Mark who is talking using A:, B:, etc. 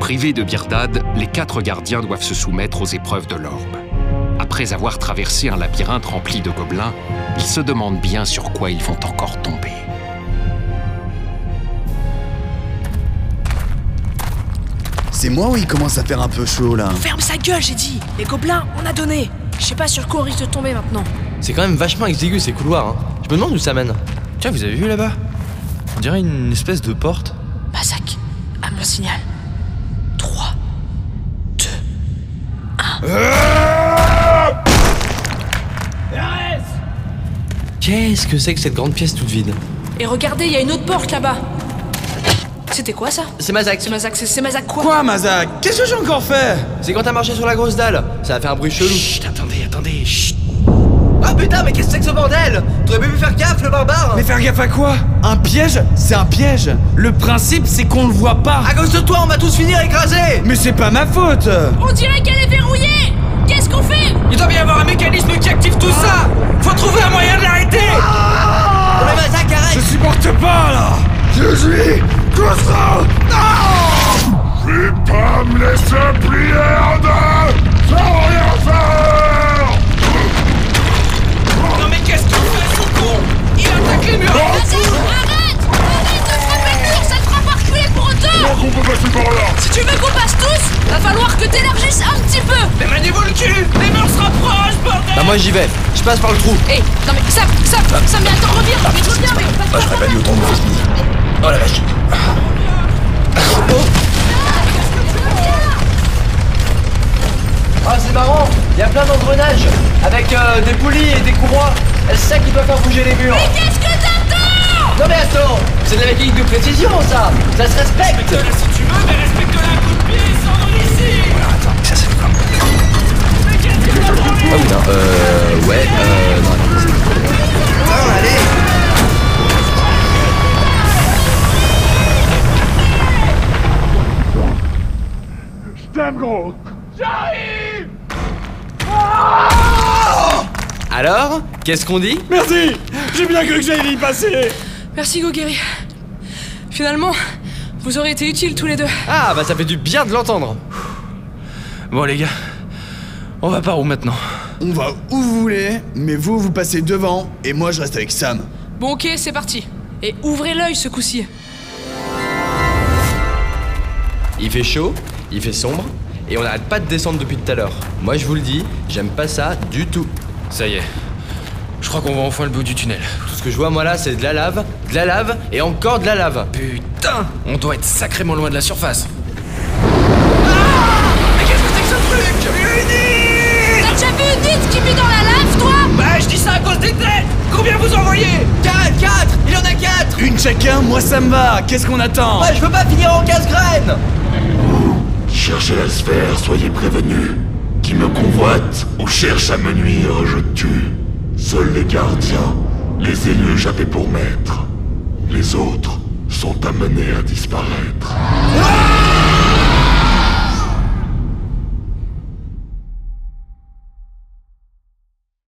A: Privés de Birdad, les quatre gardiens doivent se soumettre aux épreuves de l'orbe. Après avoir traversé un labyrinthe rempli de gobelins, ils se demandent bien sur quoi ils vont encore tomber.
B: C'est moi ou il commence à faire un peu chaud là
C: Ferme sa gueule, j'ai dit Les gobelins, on a donné Je sais pas sur quoi on risque de tomber maintenant.
D: C'est quand même vachement exigu ces couloirs. Hein. Je me demande où ça mène.
E: Tiens, vous avez vu là-bas On dirait une espèce de porte.
C: Basak, Bah, à mon signal. 3, 2,
D: Qu'est-ce que c'est que cette grande pièce toute vide
C: et regardez, il y a une autre porte là-bas C'était quoi ça
D: C'est Mazak.
C: C'est Mazak, c'est- c'est Mazak quoi
E: Quoi, Mazak Qu'est-ce que j'ai encore fait
D: C'est quand t'as marché sur la grosse dalle. Ça a fait un bruit chelou.
E: Chut, attendez, attendez, chut
D: Ah putain, mais qu'est-ce que c'est que ce bordel T'aurais pu faire gaffe, le barbare
E: Mais faire gaffe à quoi Un piège C'est un piège Le principe, c'est qu'on le voit pas
D: À cause de toi, on va tous finir écrasés
E: Mais c'est pas ma faute
C: On dirait qu'elle est verrouillée Qu'est-ce qu'on fait
E: Il doit bien y avoir un mécanisme qui active tout ça Faut trouver un moyen de l'arrêter
D: Mais Mazak, arrête
E: Je supporte pas, là
F: Je suis Khosrow Non Je vais pas me laisser plier en deux sans rien faire
E: Non mais qu'est-ce qu'il fait, ce con Il attaque les murs
C: Arrête Arrête de frapper le mur, ça te fera reculer pour autant
F: Donc on peut passer par là
C: Si tu veux qu'on passe tous, va falloir que t'élargisses un petit peu
E: Mais maniez-vous le cul Les murs se rapprochent, bordel
D: Bah moi j'y vais. Je passe par le trou.
C: Eh, non mais Sam, Sam, Sam, mais attends, reviens Mais reviens, mais...
F: Ah, j'aurais pas dû autant de mauvaises idées. Oh la vache
D: Ah c'est marrant. Il y a plein d'engrenages avec euh, des poulies et des courroies. C'est ça qui doit faire bouger les murs. Mais qu'est-ce que t'attends Non mais attends, c'est de la mécanique de précision ça. Ça se respecte.
E: Si tu veux, mais respecte-la un coup de pied, sors d'ici
F: Damn gros
D: Alors, qu'est-ce qu'on dit
E: Merci J'ai bien cru que j'allais y passer
C: Merci Gogiri. Finalement, vous aurez été utiles tous les deux.
D: Ah bah ça fait du bien de l'entendre.
E: Bon les gars, on va par où maintenant
B: On va où vous voulez, mais vous, vous passez devant et moi je reste avec Sam.
C: Bon ok, c'est parti. Et ouvrez l'œil ce coup-ci.
D: Il fait chaud, il fait sombre, et on n'arrête pas de descendre depuis tout à l'heure. Moi je vous le dis, j'aime pas ça du tout.
E: Ça y est, je crois qu'on voit enfin le bout du tunnel.
D: Tout ce que je vois moi là c'est de la lave, de la lave et encore de la lave.
E: Putain, on doit être sacrément loin de la surface.
C: Ah T'as déjà vu une nid qui vit dans la lave, toi
E: Bah je dis ça à cause des têtes Combien vous envoyez
D: 4, 4, il y en a 4
B: Une chacun, moi ça me va, qu'est-ce qu'on attend
D: je veux pas finir en casse-graine
F: Cherchez la sphère, soyez prévenus. Qui me convoite ou cherche à me nuire, je tue. Seuls les gardiens, les élus j'avais pour maître. Les autres sont amenés à disparaître.
D: Ah